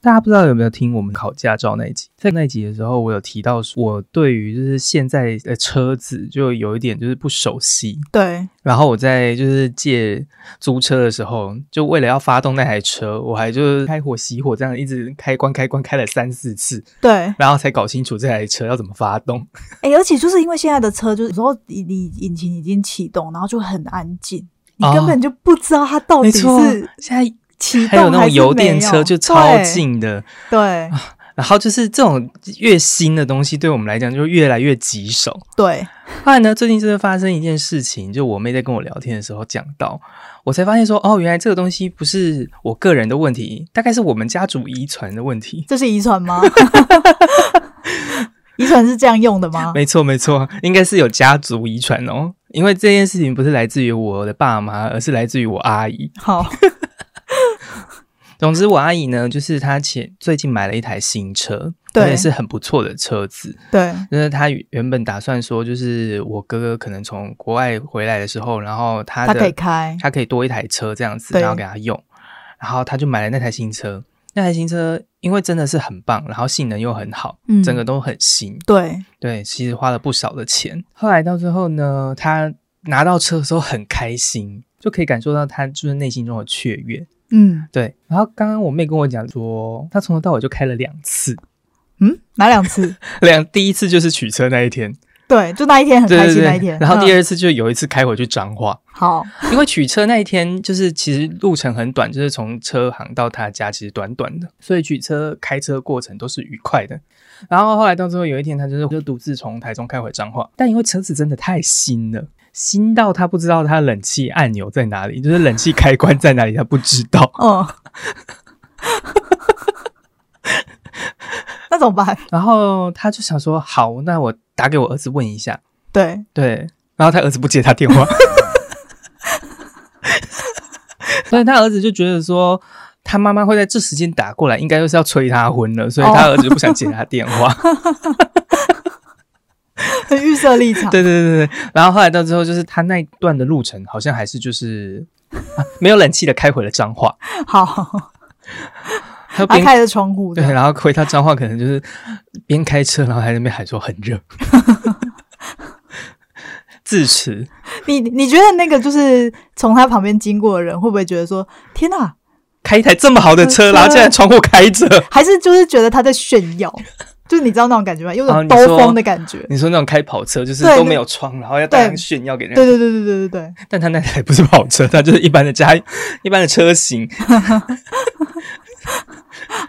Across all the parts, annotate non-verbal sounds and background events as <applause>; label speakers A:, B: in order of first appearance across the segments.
A: 大家不知道有没有听我们考驾照那一集？在那一集的时候，我有提到说我对于就是现在的车子就有一点就是不熟悉。
B: 对，
A: 然后我在就是借租车的时候，就为了要发动那台车，我还就是开火熄火这样一直开关开关开了三四次， <laughs>
B: 对，
A: 然后才搞清楚这台车要怎么发动。
B: 哎、而且就是因为现在的车，就是有时候你你引擎已经启动，然后就很安静，你
A: 哦
B: 根本就不知道它到底
A: 没错
B: 是，
A: 现在
B: 启
A: 还有
B: 动
A: 那种
B: 还是
A: 油
B: 没
A: 电车
B: 有
A: 就超，近的，
B: 对
A: 然后就是这种越新的东西，对我们来讲就越来越棘手。
B: 对
A: 后来呢，最近就是发生一件事情，就我妹在跟我聊天的时候讲到，我才发现说，哦，原来这个东西不是我个人的问题，大概是我们家族遗传的问题。
B: 这是遗
A: <laughs>
B: 传吗？ <laughs> 遗传是这样用的吗？
A: 没错，没错，应该是有家族遗传哦，因为这件事情不是来自于我的爸妈，而是来自于我阿姨。
B: 好，
A: 总之，我阿姨呢，就是她前最近买了一台新车，
B: 对
A: 而且是很不错的车子。
B: 对
A: 就是她原本打算说，就是我哥哥可能从国外回来的时候，然后他
B: 它
A: 的
B: 可以开，
A: 他可以多一台车这样子，
B: 对
A: 然后给他用，然后他就买了那台新车。那台新车因为真的是很棒，然后性能又很好，
B: 嗯
A: 整个都很新。
B: 对
A: 对，其实花了不少的钱。后来到最后呢，他拿到车的时候很开心，就可以感受到他就是内心中的雀跃。
B: 嗯
A: 对，然后刚刚我妹跟我讲说，她从头到尾就开了两次，
B: 嗯，哪两次？
A: 两第一次就是取车那一天，
B: 对，就那一天很
A: 对
B: 开
A: 对
B: 心
A: 对，
B: 那一天。
A: 然后第
B: 嗯
A: 二次就有一次开回去彰化，
B: 好，
A: <laughs> 因为取车那一天就是其实路程很短，就是从车行到他家其实短短的，所以取车开车过程都是愉快的。然后后来到最后有一天，他就是就独自从台中开回彰化，但因为车子真的太新了。新到他不知道他冷气按钮在哪里， <laughs> 就是冷气开关在哪里，他不知道。
B: 嗯， <laughs> 那怎么办？
A: 然后他就想说：“好，那我打给我儿子问一下。
B: 对，”
A: 对，然后他儿子不接他电话，所以他儿子就觉得说，他妈妈会在这时间打过来，应该就是要催他婚了，所以他
B: 哦
A: 儿子就不想接他电话。
B: 很预设立
A: <laughs>
B: 场。
A: 对对对对对，然后后来到最后，就是他那一段的路程好像还是就是、啊没有冷气的开回了彰化，
B: 好，
A: 他
B: 他
A: 边、
B: 啊开着窗户
A: 对，啊
B: 的，
A: 然后回到彰化可能就是边开车，然后还在那边喊说很热。 <laughs> 自持，
B: 你你觉得那个就是从他旁边经过的人，会不会觉得说天哪、
A: 开一台这么好的车，然后竟然窗户开着，
B: 还是就是觉得他在炫耀？就是你知道那种感觉吗？有
A: 哦
B: 种
A: 你
B: 兜
A: 说
B: 风的感觉。
A: 你说那种开跑车就是
B: 对
A: 都没有窗，然后要大量
B: 对
A: 炫耀给人家
B: 对对对对对对对，
A: 但他那台不是跑车，他就是一般的家一般的车型，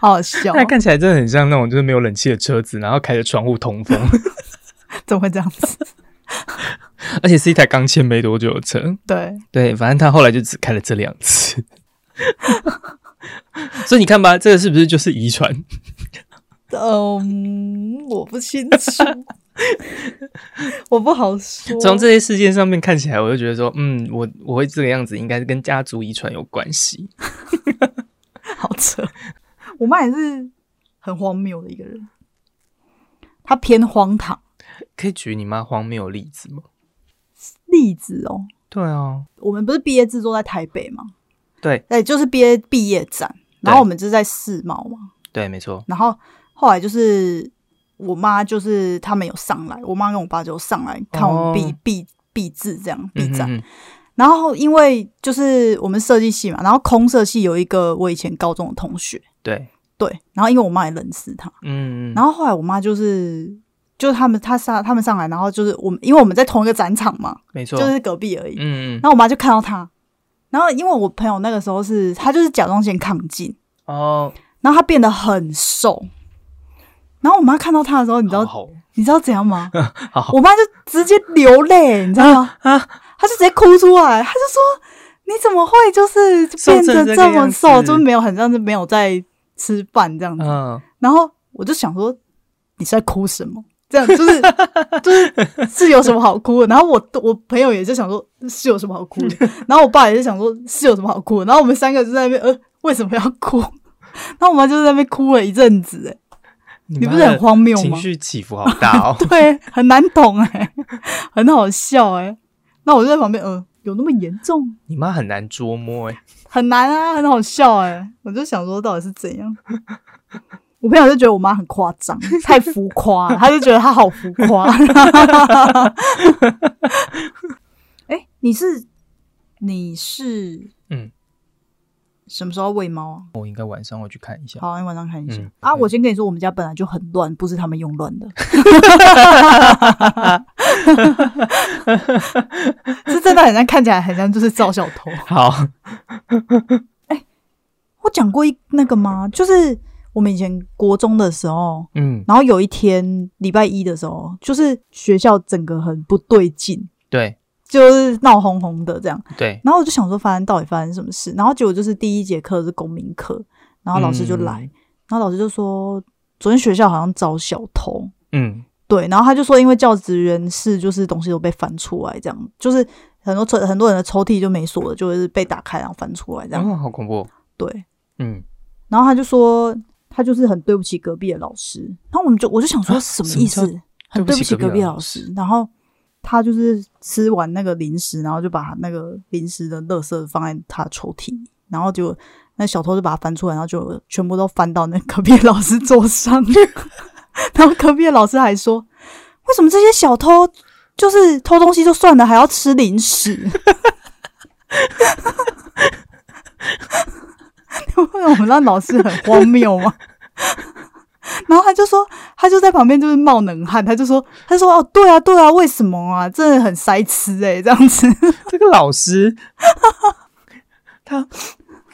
B: 好好笑，哦
A: 那看起来真的很像那种就是没有冷气的车子，然后开着窗户通 <laughs> 风，
B: 怎么会这样子？
A: 而且是一台刚签没多久的车。
B: 对，
A: 对，反正他后来就只开了这两次。 <laughs> 所以你看吧，这个是不是就是遗传？
B: <laughs> 嗯，我不清楚，我不好说。
A: 从这些事件上面看起来，我就觉得说，嗯，我我会这个样子，应该是跟家族遗传有关系。
B: 好扯。我妈也是很荒谬的一个人，她偏荒唐。
A: 可以举你妈荒谬的例子吗？
B: 例子哦，
A: 对啊，
B: 我们不是毕业制作在台北吗？
A: 对
B: 对，就是毕业毕业展，然
A: 对
B: 后我们就是在世贸嘛，
A: 对，没错，
B: 然后后来就是我妈就是他们有上来，我妈跟我爸就上来看我们毕
A: 哦
B: 毕毕制这样毕
A: 嗯
B: 展，
A: 哼哼
B: 然后因为就是我们设计系嘛，然后空设系有一个我以前高中的同学，
A: 对，
B: 对，然后因为我妈也认识他，
A: 嗯，
B: 然后后来我妈就是就是他们他上他们上来，然后就是我们因为我们在同一个展场嘛，
A: 没错，
B: 就是隔壁而已，
A: 哦嗯，
B: 然后我妈就看到他，然后因为我朋友那个时候是他就是甲状腺亢进，
A: 哦，
B: 然后他变得很瘦，然后我妈看到他的时候，你知道
A: 好
B: 你知道怎样吗？
A: 哦 <laughs> 好好
B: 我妈就直接流泪，你知道吗？
A: 啊
B: 她就直接哭出来，她就说：“你怎么会就是
A: 瘦
B: 变
A: 成
B: 得
A: 这个
B: 这么
A: 样
B: 瘦，
A: 子
B: 就是没有很像是没有在吃饭这样子？”
A: 嗯，
B: 然后我就想说：“你是在哭什么？”这样就是
A: <laughs>
B: 就是是有什么好哭的？然后我我朋友也就想说是有什么好哭
A: <laughs>
B: 的，然后我爸也是想说是有什么好哭的，然后我们三个就在那边呃为什么要哭？然后我妈就在那边哭了一阵子、欸，
A: 你
B: 你
A: 妈
B: 不是很
A: 的
B: 荒谬
A: 情
B: 吗？。
A: 绪起伏好大哦 <laughs>
B: 对，很难懂哎、很好笑哎、那我就在旁边，呃，有那么严重？
A: 你妈很难捉摸哎、
B: 欸很难啊，很好笑哎、我就想说到底是怎样？我朋友就觉得我妈很夸张，太浮夸了，他就觉得她好浮夸。哎、你是你是
A: 嗯，
B: 什么时候喂猫啊？
A: 我应该晚上会去看一下。
B: 好，你晚上看一下、
A: 嗯
B: 啊！我先跟你说，我们家本来就很乱，不是他们用乱
A: <laughs>
B: 的， <laughs> 是真的很像，看起来很像就是赵小偷。
A: 好，
B: 我讲过一那个吗？就是我们以前国中的时候，
A: 嗯，
B: 然后有一天礼拜一的时候，就是学校整个很不对劲，
A: 对
B: 就是闹哄哄的这样。
A: 对，
B: 然后我就想说，发生到底发生什么事？然后结果就是第一节课是公民课，然后老师就
A: 嗯
B: 来，然后老师就说，昨天学校好像找小偷。
A: 嗯，
B: 对，然后他就说，因为教职员室就是东西都被翻出来，这样就是很多抽很多人的抽屉就没锁了，就是被打开然后翻出来这
A: 然
B: 样。
A: 后、好恐怖哦，
B: 对，
A: 嗯，
B: 然后他就说他就是很对不起隔壁的老师，然后我们就我就想说
A: 啊
B: 什么
A: 什么
B: 意
A: 叫
B: 思？很
A: 对不
B: 对不
A: 起
B: 起
A: 隔壁
B: 隔壁
A: 的
B: 的
A: 老
B: 老
A: 师
B: 师，然后他就是吃完那个零食，然后就把那个零食的垃圾放在他抽屉里，然后就那小偷就把它翻出来，然后就全部都翻到那隔壁的老师桌上， <laughs> 然后隔壁的老师还说，为什么这些小偷就是偷东西就算了，还要吃零食？ <laughs> 你不觉得我们让老师很荒谬吗？ <laughs> 然后他就说，他就在旁边就是冒冷汗，他就说，他就说哦，对啊，对啊，为什么啊？真的很塞吃诶、这样子。 <laughs>
A: 这个老师，他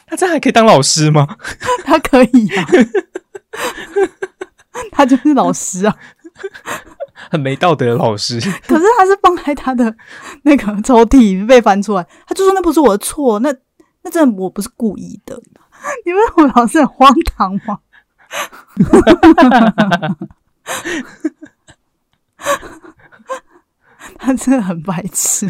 A: 他这样还可以当老师吗？
B: 他可以啊， <laughs> 他就是老师啊。
A: 很没道德的老师，
B: 可是他是放在他的那个抽屉被翻出来，他就说那不是我的错，那那真的我不是故意的。你们我老师很荒唐吗？ <laughs> 他真的很白痴，